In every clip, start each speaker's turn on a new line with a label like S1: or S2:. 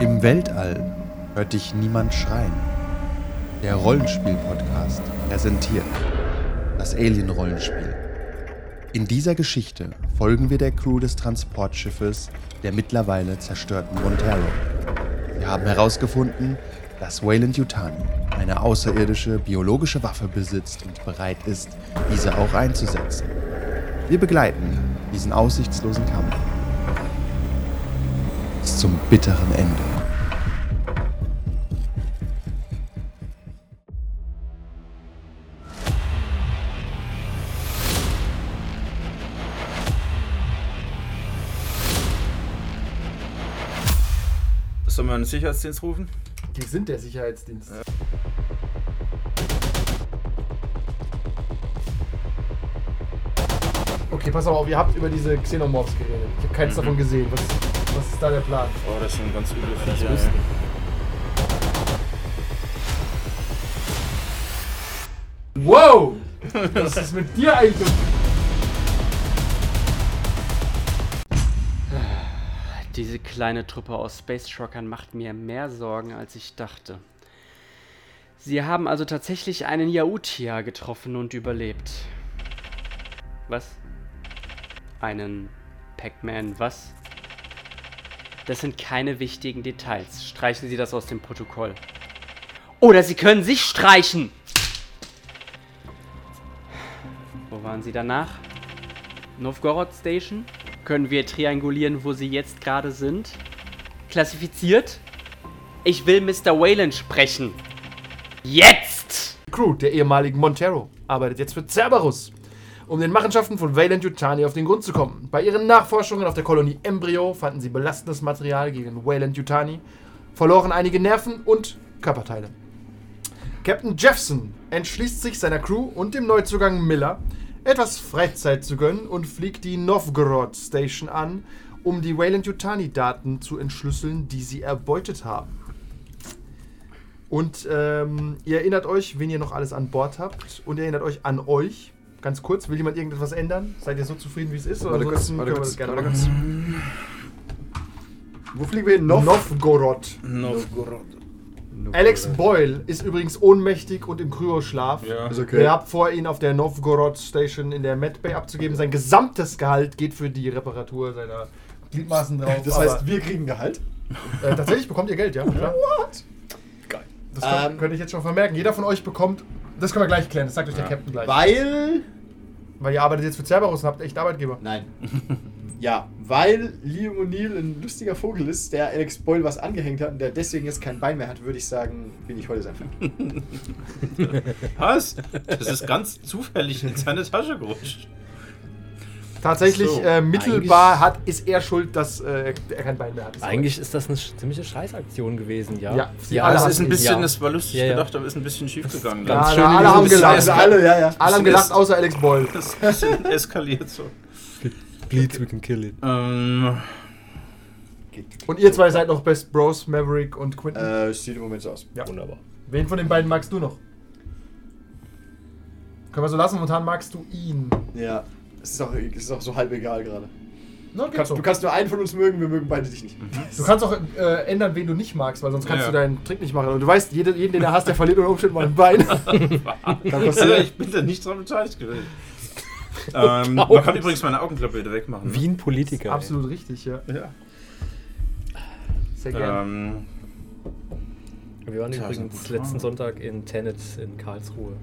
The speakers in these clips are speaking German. S1: Im Weltall hört dich niemand schreien. Der Rollenspiel-Podcast präsentiert das Alien-Rollenspiel. In dieser Geschichte folgen wir der Crew des Transportschiffes der mittlerweile zerstörten Montero. Wir haben herausgefunden, dass Wayland Yutani eine außerirdische biologische Waffe besitzt und bereit ist, diese auch einzusetzen. Wir begleiten diesen aussichtslosen Kampf bis zum bitteren Ende.
S2: Sollen wir einen Sicherheitsdienst rufen?
S3: Die sind der Sicherheitsdienst. Okay, pass auf, ihr habt über diese Xenomorphs geredet. Ich habe keins davon gesehen. Was, was ist da der Plan?
S2: Oh, das sind ganz üble Viecher.
S3: Wow! Was ist mit dir eigentlich?
S4: Diese kleine Truppe aus Space Shockern macht mir mehr Sorgen, als ich dachte. Sie haben also tatsächlich einen Yautia getroffen und überlebt. Was? Einen Pac-Man, was? Das sind keine wichtigen Details. Streichen Sie das aus dem Protokoll. Oder Sie können sich streichen! Wo waren Sie danach? Novgorod Station? Können wir triangulieren, wo sie jetzt gerade sind? Klassifiziert? Ich will Mr. Whalen sprechen. Jetzt!
S3: Crew der ehemaligen Montero arbeitet jetzt für Cerberus, um den Machenschaften von Wayland Yutani auf den Grund zu kommen. Bei ihren Nachforschungen auf der Kolonie Embryo fanden sie belastendes Material gegen Wayland Yutani, verloren einige Nerven und Körperteile. Captain Jefferson entschließt sich seiner Crew und dem Neuzugang Miller etwas Freizeit zu gönnen und fliegt die Novgorod Station an, um die Wayland Yutani-Daten zu entschlüsseln, die sie erbeutet haben. Und ähm, ihr erinnert euch, wen ihr noch alles an Bord habt. Und ihr erinnert euch an euch. Ganz kurz, will jemand irgendetwas ändern? Seid ihr so zufrieden, wie es ist? Oder
S5: Warte kurz,
S3: ansonsten
S5: warte
S3: können wir
S5: kurz,
S3: das gerne
S5: warte
S3: machen?
S5: Wo fliegen wir hin? Nov?
S3: Novgorod.
S2: Novgorod.
S3: Alex Boyle ist übrigens ohnmächtig und im Kryoschlaf.
S2: Ja.
S6: Also-
S5: Ist okay.
S3: Ihr habt vor, ihn auf der Novgorod Station in der Medbay abzugeben. Sein gesamtes Gehalt geht für die Reparatur seiner Gliedmaßen drauf.
S5: das heißt, wir kriegen Gehalt.
S3: aber, äh, tatsächlich bekommt ihr Geld, ja? Klar.
S5: What? Geil.
S3: Das kann,
S7: Ähm.
S3: könnte ich jetzt schon vermerken. Jeder von euch bekommt. Das können wir gleich klären, das sagt euch der Captain gleich.
S7: Weil.
S3: Weil ihr arbeitet jetzt für Cerberus und habt echt Arbeitgeber.
S7: Nein. ja, weil Liam O'Neill ein lustiger Vogel ist, der Alex Boyle was angehängt hat und der deswegen jetzt kein Bein mehr hat, würde ich sagen, bin ich heute sein Fan.
S2: Was? Das ist ganz zufällig in seine Tasche gerutscht.
S3: Tatsächlich,
S7: So,
S3: äh, mittelbar hat, ist er schuld, dass äh, er kein Bein mehr hat.
S6: Eigentlich ist das eine sch- ziemliche Scheißaktion gewesen, ja.
S3: Ja, sie
S6: ja
S3: alle
S2: Ah, Das
S3: haben
S2: ist ein
S3: ihn.
S2: bisschen,
S6: Ja.
S2: das war lustig
S6: Ja, ja.
S2: gedacht, aber ist ein bisschen schief gegangen.
S6: Ganz
S3: Ja,
S6: schön
S3: alle
S6: gewesen.
S3: haben gelacht.
S7: Also alle, ja, ja.
S3: Alle haben gelacht, außer Alex Boyle.
S2: Das ist ein bisschen eskaliert so.
S6: Bleeds, we can kill it.
S2: Ähm,
S3: Und ihr zwei seid noch Best Bros, Maverick und Quinton.
S7: Äh, sieht im Moment so aus.
S6: Wunderbar.
S3: Wen von den beiden magst du noch? Können wir so lassen, momentan magst du ihn.
S7: Ja. Es ist, auch, es ist auch so halb egal gerade.
S3: Na,
S7: Du
S3: Ne, geht
S7: kannst,
S3: so.
S7: du kannst nur einen von uns mögen, wir mögen beide dich nicht.
S3: Du kannst auch äh, ändern, wen du nicht magst, weil sonst kannst
S2: Mhm. Ja.
S3: du deinen Trick nicht machen. Und du weißt, jeden, jeden den er hasst, der verliert unter Umständen mal ein Bein.
S7: Kann
S2: also
S7: passieren.
S2: ich bin da nicht dran beteiligt gewesen. Ähm, man kann übrigens meine Augenklappe wieder wegmachen. ne?
S6: Wie ein Politiker. ey.
S3: Absolut richtig, ja.
S2: Ja.
S3: Sehr gerne.
S2: Ähm,
S6: Wir waren
S2: Tja, so
S6: übrigens
S2: gut.
S6: letzten Sonntag in Tenet in Karlsruhe.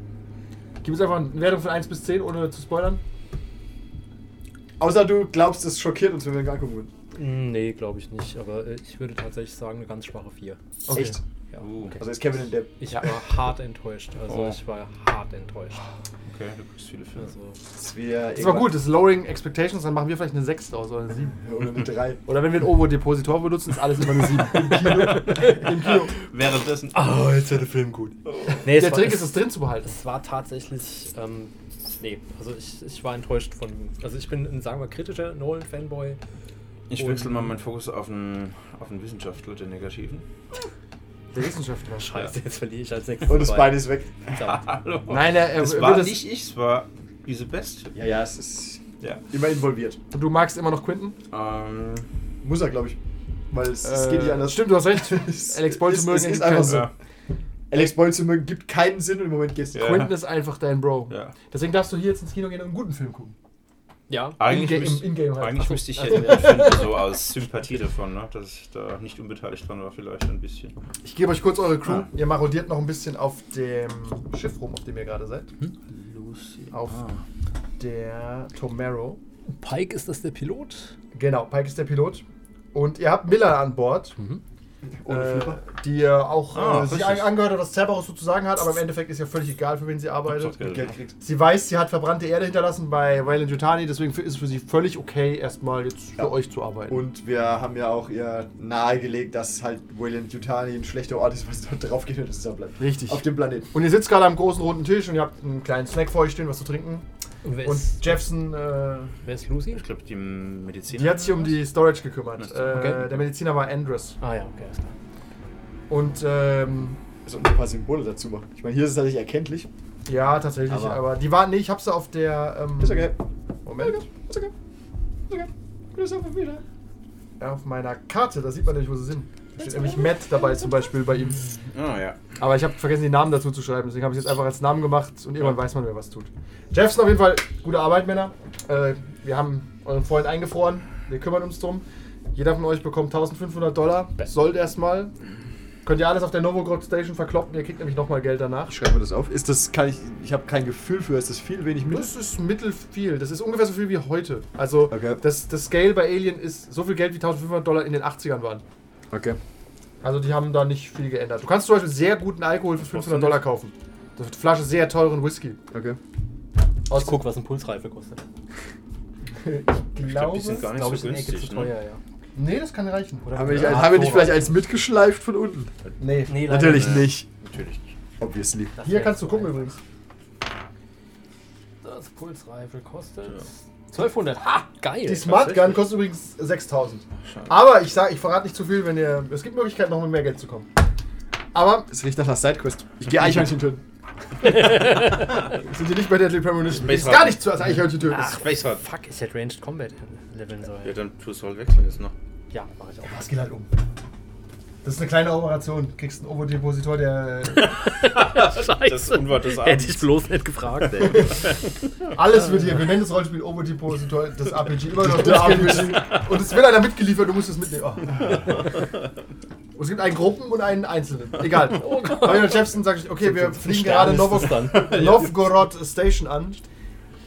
S3: Gib uns einfach eine Wertung von 1 bis 10, ohne zu spoilern.
S7: Außer du glaubst, es schockiert uns, wenn wir ihn angucken würden.
S6: Hm, Nee, glaube ich nicht, aber äh, ich würde tatsächlich sagen, eine ganz schwache 4.
S3: Okay.
S7: Echt?
S6: Ja.
S2: uh,
S7: Also ist Kevin in der.
S6: Ich war hart enttäuscht, also
S2: Oh.
S6: ich war hart enttäuscht.
S2: okay, du kriegst viele Filme.
S6: Also,
S7: Das wäre
S3: Das war gut, das ist Lowering Expectations, dann machen wir vielleicht eine 6 draus oder eine 7.
S7: Oder eine 3.
S3: Oder wenn wir ein Ovo-Depositor benutzen, ist alles immer eine 7. Im Kino. Im Kino.
S2: Währenddessen.
S6: Ah.
S7: Oh, jetzt wird der Film gut.
S6: nee, es
S3: Der
S6: war-
S3: Trick
S6: es-
S3: ist, es drin zu behalten.
S6: Es war tatsächlich. Ähm, nee, also ich, ich war enttäuscht von. Also ich bin ein, sagen wir, kritischer Nolan-Fanboy.
S2: Ich wechsle mal meinen Fokus auf einen, auf einen Wissenschaftler, den Negativen.
S3: Der Wissenschaftler.
S6: Scheiße, jetzt verliere ich als nächstes.
S7: Und das
S6: Bein.
S7: Bein ist weg.
S6: Verdammt.
S2: Hallo.
S3: Nein, er, er
S2: es
S3: wird
S2: war
S3: es-
S2: nicht ich, es war diese Beste.
S7: Ja, ja, es ist
S2: Ja.
S7: immer involviert.
S3: Du magst immer noch Quinton?
S2: Ähm,
S7: Muss er, glaube ich. Weil es, es
S3: Äh,
S7: geht nicht anders.
S3: Stimmt, du hast recht.
S7: Es-
S3: Alex Boyle zu
S7: es-
S3: mögen,
S7: es ist
S3: ergibt
S7: einfach
S3: keinen
S7: so.
S3: Sinn.
S2: Ja,
S7: Alex Boyle zu mögen gibt keinen Sinn und im Moment geht's nicht.
S2: Ja.
S3: Quentin ist einfach dein Bro.
S2: ja.
S3: Deswegen darfst du hier jetzt ins Kino gehen und einen guten Film gucken.
S6: Ja.
S2: Eigentlich,
S3: Ingame-
S2: müsst-
S3: Ingame halt.
S2: eigentlich
S3: Ach so.
S2: müsste ich ja
S6: Also,
S2: den finden, so aus Sympathie davon, ne? dass ich da nicht unbeteiligt dran war, vielleicht ein bisschen.
S3: Ich gebe euch kurz eure Crew.
S2: Ah.
S3: Ihr marodiert noch ein bisschen auf dem Schiff rum, auf dem ihr gerade seid. Auf
S7: Ah.
S3: der Tomorrow.
S6: Pike ist das der Pilot?
S3: Genau, Pike ist der Pilot. Und ihr habt Miller an Bord,
S7: Ohne
S3: äh,
S7: Oh, Flipper.
S3: die äh, auch
S2: Ah,
S3: äh, sich an
S2: richtig.
S3: angehört hat, was Cerberus so zu sagen hat, aber im Endeffekt ist ja völlig egal, für wen sie arbeitet.
S2: Hauptsache Geld.
S7: Geld kriegt.
S3: Sie weiß, sie hat verbrannte Erde hinterlassen bei Wayland Yutani, deswegen ist es für sie völlig okay, erstmal jetzt für
S7: Ja.
S3: euch zu arbeiten.
S7: Und wir haben ja auch ihr nahegelegt, dass halt Wayland Yutani ein schlechter Ort ist, was dort drauf geht und es da bleibt.
S3: Richtig.
S7: Auf dem Planeten.
S3: Und ihr sitzt gerade am großen roten Tisch und ihr habt einen kleinen Snack vor euch stehen, was zu trinken.
S6: Und wer
S3: Und
S6: ist,
S3: Jefferson, äh,
S6: wer ist Lucy?
S2: Ich glaube, die Mediziner.
S3: die hat sich um die Storage gekümmert.
S2: Okay.
S3: Äh, der Mediziner war Andress.
S6: Ah ja, okay, alles klar.
S3: Und ähm,
S7: Also um ein paar Symbole dazu machen. Ich meine, hier ist es tatsächlich erkenntlich.
S3: ja, tatsächlich, aber,
S7: Aber-
S3: die war, nee, ich hab sie auf der, ähm,
S7: Ist okay.
S3: Moment,
S7: Ist okay. Ist okay. Gute Sache wieder.
S3: ja, auf meiner Karte, da sieht man nämlich, wo sie sind. Da steht nämlich Matt dabei zum Beispiel bei ihm.
S2: Ah, ja.
S3: Aber ich habe vergessen, die Namen dazu zu schreiben, deswegen habe ich es jetzt einfach als Namen gemacht und irgendwann weiß man, wer was tut. Jefferson auf jeden Fall, gute Arbeit, Männer. Äh, wir haben euren Freund eingefroren, wir kümmern uns drum. Jeder von euch bekommt 1500 Dollar, sollt erstmal. Könnt ihr alles auf der Novogrod Station verkloppen, ihr kriegt nämlich nochmal Geld danach.
S7: Ich schreibe mir das auf. Ist das, kann ich, ich habe kein Gefühl für, ist das viel, wenig Mittel?
S3: Das ist mittelviel, das ist ungefähr so viel wie heute. Also
S7: Okay.
S3: das, das Scale bei Alien ist so viel Geld, wie 1500 Dollar in den 80ern waren.
S7: Okay.
S3: Also die haben da nicht viel geändert. Du kannst zum Beispiel sehr guten Alkohol für 500 Dollar kaufen. Das ist eine Flasche sehr teuren Whisky.
S7: Okay.
S3: Aus
S6: Ich guck, was ein Pulsreife kostet.
S3: Ich eh
S2: glaub, die
S3: glaube,
S2: sind gar nicht
S6: Glaub
S2: so
S6: in der Ecke
S2: günstig.
S6: zu
S2: Ne?
S6: teuer, ja.
S3: nee, das kann reichen. Oder?
S7: Haben wir nicht,
S3: Ja,
S7: haben wir nicht vielleicht
S3: hervorragend.
S7: eins mitgeschleift von unten?
S3: Nee.
S6: Nee, leider
S7: Natürlich
S6: nicht.
S7: nicht.
S2: Natürlich nicht.
S7: Obviously.
S6: Das
S3: Hier
S6: wär
S3: kannst du
S6: zu
S3: gucken
S6: einfach.
S3: übrigens.
S6: Das Pulsreife kostet
S2: Ja.
S6: 1200. Ha, geil.
S3: Die Smart Gun
S2: tatsächlich.
S3: kostet übrigens 6000.
S2: schade.
S3: Aber ich sage, ich verrate nicht zu viel, wenn ihr. Es gibt Möglichkeiten, noch mit mehr Geld zu kommen. Aber
S7: Es riecht nach einer Sidequest. Ich gehe Eichhörnchen töten.
S3: sind die nicht bei Deadly Premonition?
S2: Space
S3: Ist gar
S2: Hard.
S3: nicht zu als Eichhörnchen töten.
S6: Ach,
S2: Space Hard.
S6: fuck, ich hätte Ranged Combat leveln sollen.
S2: halt, Ja, dann tust du halt wechseln jetzt noch.
S6: Ja, mach ich auch.
S3: Das geht halt um. Das ist eine kleine Operation. Du kriegst einen Ovodepositor, der
S6: Scheiße.
S2: Das Unwort des
S6: Hätte ich
S2: Abends.
S6: bloß nicht gefragt, ey.
S3: Alles wird hier, wir nennen das Rollenspiel Ovodepositor, das RPG, immer noch das RPG. Und es wird einer mitgeliefert, du musst es mitnehmen. Oh. Und es gibt einen Gruppen und einen Einzelnen. Egal. Mario Jepson sagt, okay, wir fliegen gerade
S6: Stern
S3: Novo
S6: ist das dann.
S3: Novgorod Station an.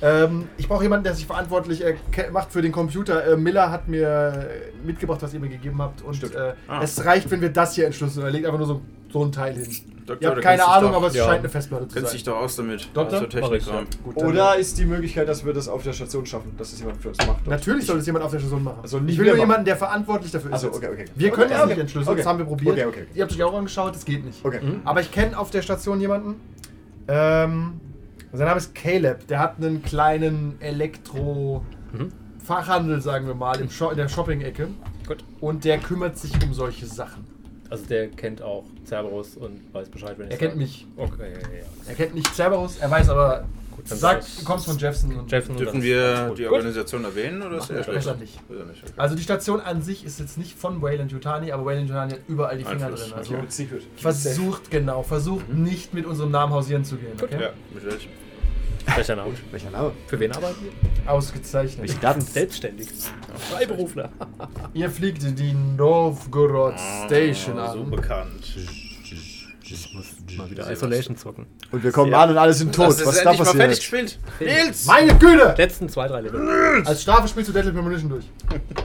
S3: Ähm, ich brauche jemanden, der sich verantwortlich äh, ke- macht für den Computer. Äh, Miller hat mir äh, mitgebracht, was ihr mir gegeben habt. Und äh,
S2: Ah.
S3: es reicht, wenn wir das hier entschlüsseln. Er legt einfach nur so, so einen Teil hin.
S2: Doktor,
S3: Ihr habt
S2: da
S3: keine
S2: kennst dich
S3: Ahnung,
S2: doch.
S3: aber es
S6: Ja.
S3: scheint eine Festplatte zu
S2: Kennst dich
S3: sein.
S2: doch aus damit.
S3: Doktor?
S2: Also Technik
S6: Mach ich,
S3: Gut, dann-
S7: Oder ist die Möglichkeit, dass wir das auf der Station schaffen, dass es jemand für uns macht?
S3: Natürlich soll es jemand auf der Station machen.
S7: Also nicht
S3: ich will
S7: wir
S3: nur
S7: machen.
S3: jemanden, der verantwortlich dafür ist.
S7: Ach so,
S3: jetzt.
S7: okay, okay.
S3: Wir können
S7: Okay,
S3: das nicht
S7: okay.
S3: entschlüsseln, das
S7: Okay.
S3: haben wir probiert.
S7: Okay, okay, okay.
S3: Ihr habt euch auch angeschaut, das geht nicht.
S7: Okay.
S3: Aber ich kenne auf der Station jemanden. Ähm, sein Name ist Caleb. Der hat einen kleinen Elektro-Fachhandel, sagen wir mal, im Sho- in der Shopping-Ecke.
S6: Gut.
S3: Und der kümmert sich um solche Sachen.
S6: Also der kennt auch Cerberus und weiß Bescheid, wenn ich
S3: Er kennt mich.
S6: Okay, ja, ja, ja.
S3: Er kennt nicht Cerberus, er weiß aber.
S6: Gut, dann
S3: Sag,
S6: sag ich-
S3: du kommst von Jefferson. Und
S6: Jefferson
S2: Dürfen
S6: dann-
S2: wir
S6: alles gut.
S2: die
S6: Gut.
S2: Organisation erwähnen oder ist
S3: Machen wir
S2: eher schlecht?
S3: besser nicht.
S2: Ist er nicht, okay.
S3: also die Station an sich ist jetzt nicht von Wayland Yutani, aber Wayland Yutani hat überall die Finger
S2: Einfluss.
S3: drin. Also
S7: Also, Keep it secret. Keep it safe.
S3: Versucht, genau, versucht nicht mit unserem Namen hausieren zu gehen. Okay?
S2: Ja, mit welchem?
S6: Welcher Name?
S7: Welcher Name?
S6: Für wen arbeiten wir?
S3: Ausgezeichnet.
S7: Daten?
S6: Selbstständig. Freiberufler.
S3: Ihr fliegt in die Novgorod Station
S2: Ah, So
S3: an.
S2: bekannt.
S6: Mal wieder Isolation zocken.
S7: Und wir kommen an und alle sind tot. Was da passiert?
S2: gespielt. Nils!
S3: Meine Güte!
S6: Letzten zwei, drei Level.
S3: Als Strafe spielst du Deadly Premonition durch.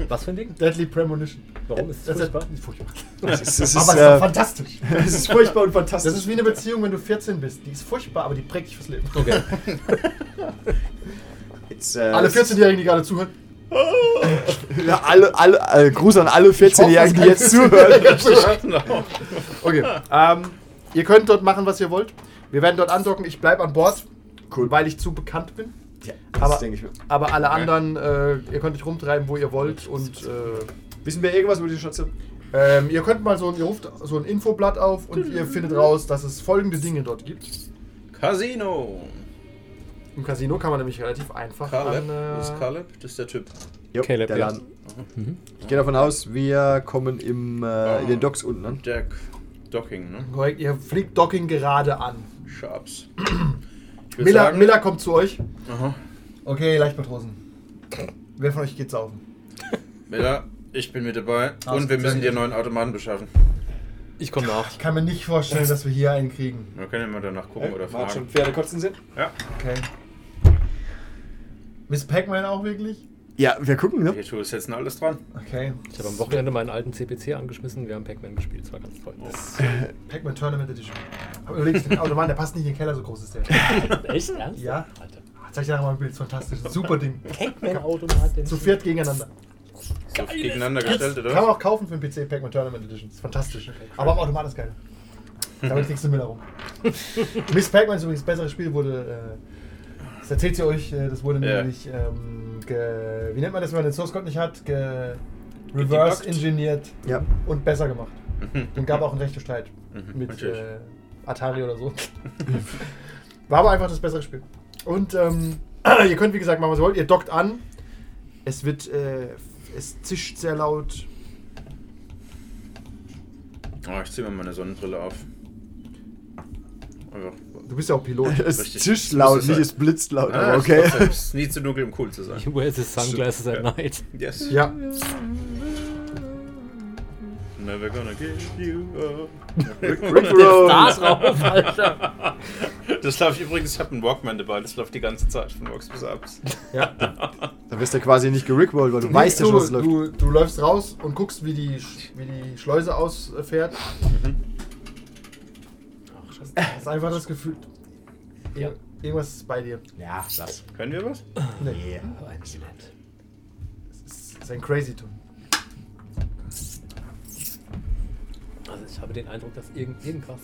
S6: Was für ein Ding?
S3: Deadly Premonition.
S6: Warum ist
S3: Das
S6: das
S3: ist
S6: furchtbar?
S3: furchtbar.
S7: Es ist, es,
S3: Aber
S7: ist,
S3: es ist doch
S7: äh,
S3: fantastisch.
S7: es ist furchtbar und
S3: Das
S7: fantastisch.
S3: ist wie eine Beziehung, wenn du 14 bist. Die ist furchtbar, aber die prägt dich fürs Leben.
S6: Okay.
S7: It's, äh,
S3: Alle 14-Jährigen, die gerade zuhören.
S7: Ja, alle, alle, äh, Gruß an alle 14-Jährigen, die jetzt zuhören.
S2: Genau.
S3: Okay. Ähm, ihr könnt dort machen, was ihr wollt. Wir werden dort andocken. Ich bleibe an Bord,
S7: Cool.
S3: weil ich zu bekannt bin.
S7: Ja,
S3: Aber-
S7: denke ich mir.
S3: Aber alle
S2: Okay.
S3: anderen, äh, ihr könnt euch rumtreiben, wo ihr wollt. Und äh,
S7: Wissen wir irgendwas über die Station?
S3: ähm, ihr könnt mal so ein, ihr ruft so ein Infoblatt auf und ihr findet raus, dass es folgende Dinge dort gibt.
S2: Casino.
S3: Im Casino kann man nämlich relativ einfach
S2: Caleb.
S3: an,
S2: Das ist
S3: äh,
S2: Caleb. Das ist der Typ.
S7: Jo,
S6: Caleb,
S7: der
S6: ja.
S7: Laden. Ich gehe davon aus, wir kommen im, äh, in den Docks unten an.
S2: Jack Docking, ne?
S3: Korrekt, ihr fliegt Docking gerade an.
S2: Sharps. Ich würd
S3: Miller,
S2: sagen-
S3: Miller kommt zu euch.
S2: Aha.
S3: Okay, Leichtmatrosen. Wer von euch geht saufen?
S2: Miller, ich bin mit dabei.
S3: Ah,
S2: Und wir
S3: sehr
S2: müssen
S3: gut.
S2: dir einen neuen Automaten beschaffen.
S6: Ich komme nach.
S3: Ich kann mir nicht vorstellen, dass wir hier einen kriegen.
S2: Wir können immer danach gucken
S7: Äh,
S2: oder
S7: war schon
S2: fragen.
S7: Pferde kotzen sind?
S2: Ja,
S3: Okay. Miss Pac-Man auch wirklich?
S7: Ja, wir gucken, ne?
S2: wir tun es jetzt alles dran.
S3: Okay.
S6: Ich habe am Wochenende meinen alten CPC angeschmissen. Wir haben Pac-Man gespielt. Das war ganz toll.
S3: Pac-Man Tournament Edition. Aber Überlegst du, Automaten, der passt nicht in den Keller, so groß ist der.
S6: Echt? Ernst?
S3: Ja.
S6: Alter.
S3: Zeig dir nachher mal ein Bild, ist fantastisch. Super Ding.
S6: Pac-Man-Automat.
S3: Zu viert gegeneinander.
S2: So gegeneinander gestellt, oder?
S3: Kann man auch kaufen für den PC, Pac-Man Tournament Edition. Ist fantastisch. Aber am Automat ist geil. Damit kriegst du Müll herum. Miss Pac-Man ist übrigens ein besseres Spiel, wurde. Äh, das erzählt sie euch, äh, das wurde
S2: Ja.
S3: nämlich. Ähm, ge, wie nennt man das, wenn man den Source Code nicht hat? Ge, reverse engineert
S7: Ja.
S3: und besser gemacht. Und gab auch einen rechten Streit
S2: Mhm,
S3: mit
S2: natürlich.
S3: äh, Atari oder so. War aber einfach das bessere Spiel. Und ähm, ihr könnt, wie gesagt, machen, was ihr wollt. Ihr dockt an. Es wird. Äh, es zischt sehr laut.
S2: Oh, ich ziehe mal meine Sonnenbrille auf. Einfach.
S3: Du bist ja auch Pilot.
S7: Es
S2: Richtig.
S7: zischt
S2: Das
S7: laut,
S2: muss es
S7: nicht
S2: sein.
S7: es blitzt laut,
S2: Ah, es
S7: aber
S2: ist
S7: okay.
S2: trotzdem- Es ist nie zu dunkel, um cool zu sein.
S6: He wears his sunglasses at night.
S2: Yes.
S3: ja.
S2: Never gonna give you up.
S7: Rickroll.
S6: drauf, Alter.
S2: Das läuft übrigens, ich habe einen Walkman dabei, das läuft die ganze Zeit von Walks bis abends.
S3: ja.
S7: Da wirst du quasi nicht gerickrollt, weil du weißt ja
S3: du,
S7: schon, was läuft.
S3: du, du läufst raus und guckst, wie die, Sch- wie die Schleuse ausfährt.
S2: Mhm.
S3: Das ist einfach das Gefühl.
S6: Ja.
S3: Irgendwas ist bei dir.
S5: Ja, das.
S2: Können wir was?
S3: Nee.
S5: Yeah.
S6: Oh,
S3: Das ist ein crazy Ton.
S6: Also ich habe den Eindruck, dass irgend, irgendwas,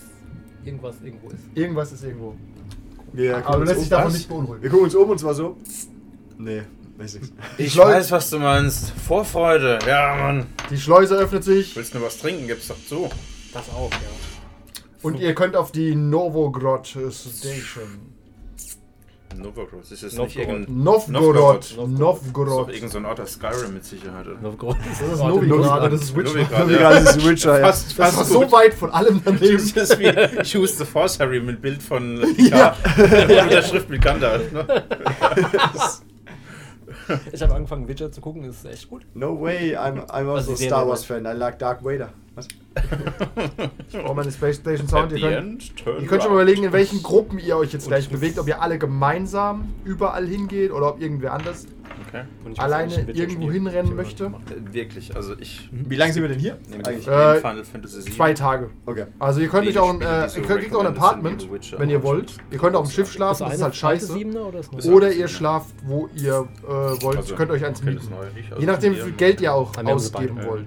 S6: irgendwas irgendwo ist.
S3: Irgendwas ist irgendwo.
S7: Wir gucken
S3: Aber du
S7: uns
S3: lässt
S7: um.
S3: dich davon
S7: Was?
S3: nicht
S7: Wir
S3: beunruhigen.
S7: gucken uns um und zwar so. Nee, weiß nichts.
S2: Ich
S3: Leute-
S2: weiß, was du meinst. Vorfreude. Ja, Mann.
S3: Die Schleuse öffnet sich
S2: Willst du nur was trinken? Gib's doch zu.
S6: Das auch, ja.
S3: und ihr könnt auf die Novogrod Station.
S2: Novgorod. Ist das
S6: Novgorod.
S2: nicht irgendein...
S3: Novgorod.
S6: Novgorod.
S2: Das ist doch
S3: Novgorod.
S2: irgend so ein Ort aus Skyrim mit Sicherheit. Oder?
S6: Das
S3: Das ist Novigrad, das ist
S2: Novigrad.
S3: Witcher.
S2: Ja.
S7: Egal, es ist Witcher, ja.
S2: Fast,
S3: Das
S2: fast
S3: war so weit von allem daneben.
S2: Das ist wie Use the Force Harry mit Bild von ja. mit der Schrift mit Gandalf. Ne?
S6: Ich habe angefangen, Witcher zu gucken, das ist echt gut.
S7: No way, I'm, I'm also a
S6: ist die
S7: Star
S6: Serie?
S7: Wars Fan. I like Dark Vader. Was?
S3: Ich brauche meine Oh Space Station Sound. Ihr könnt, Ihr
S2: ihr
S3: könnt schon mal überlegen, in welchen Gruppen ihr euch jetzt
S6: Und
S3: gleich
S6: ich muss-
S3: bewegt, ob ihr alle gemeinsam überall hingeht oder ob irgendwer anders.
S2: Okay.
S6: Und ich muss
S3: Alleine
S6: eigentlich Witcher
S3: irgendwo
S6: spielen.
S3: hinrennen
S6: Ich hab
S3: möchte?
S6: gemacht.
S2: Äh, Wirklich, also ich
S7: Wie lange sind wir denn hier?
S2: nehme eigentlich
S7: Eigentlich.
S3: Mhm. Äh,
S2: Final Fantasy VII.
S3: Zwei Tage.
S7: Okay.
S3: Also ihr könnt euch
S2: Wenig
S3: auch ein,
S2: Spiele,
S3: äh,
S2: die so
S3: ihr könnt, kriegt auch ein
S2: recommended sind, wie
S3: Apartment,
S2: The Witcher
S3: wenn ihr
S2: und
S3: wollt. Ihr könnt auf dem Schiff schlafen, das ist halt
S6: eine alte
S3: scheiße.
S6: Siebener oder ist das
S3: Oder
S2: alles
S3: ihr
S2: Siebener.
S3: schlaft, wo ihr äh, wollt.
S2: Also,
S3: ihr könnt euch eins
S2: okay, das
S3: mieten.
S2: neue nicht, also
S3: Je nachdem, wie
S2: wir-
S3: viel Geld ihr auch
S6: Ah, wir haben sie
S3: ausgeben
S6: beide.
S3: wollt.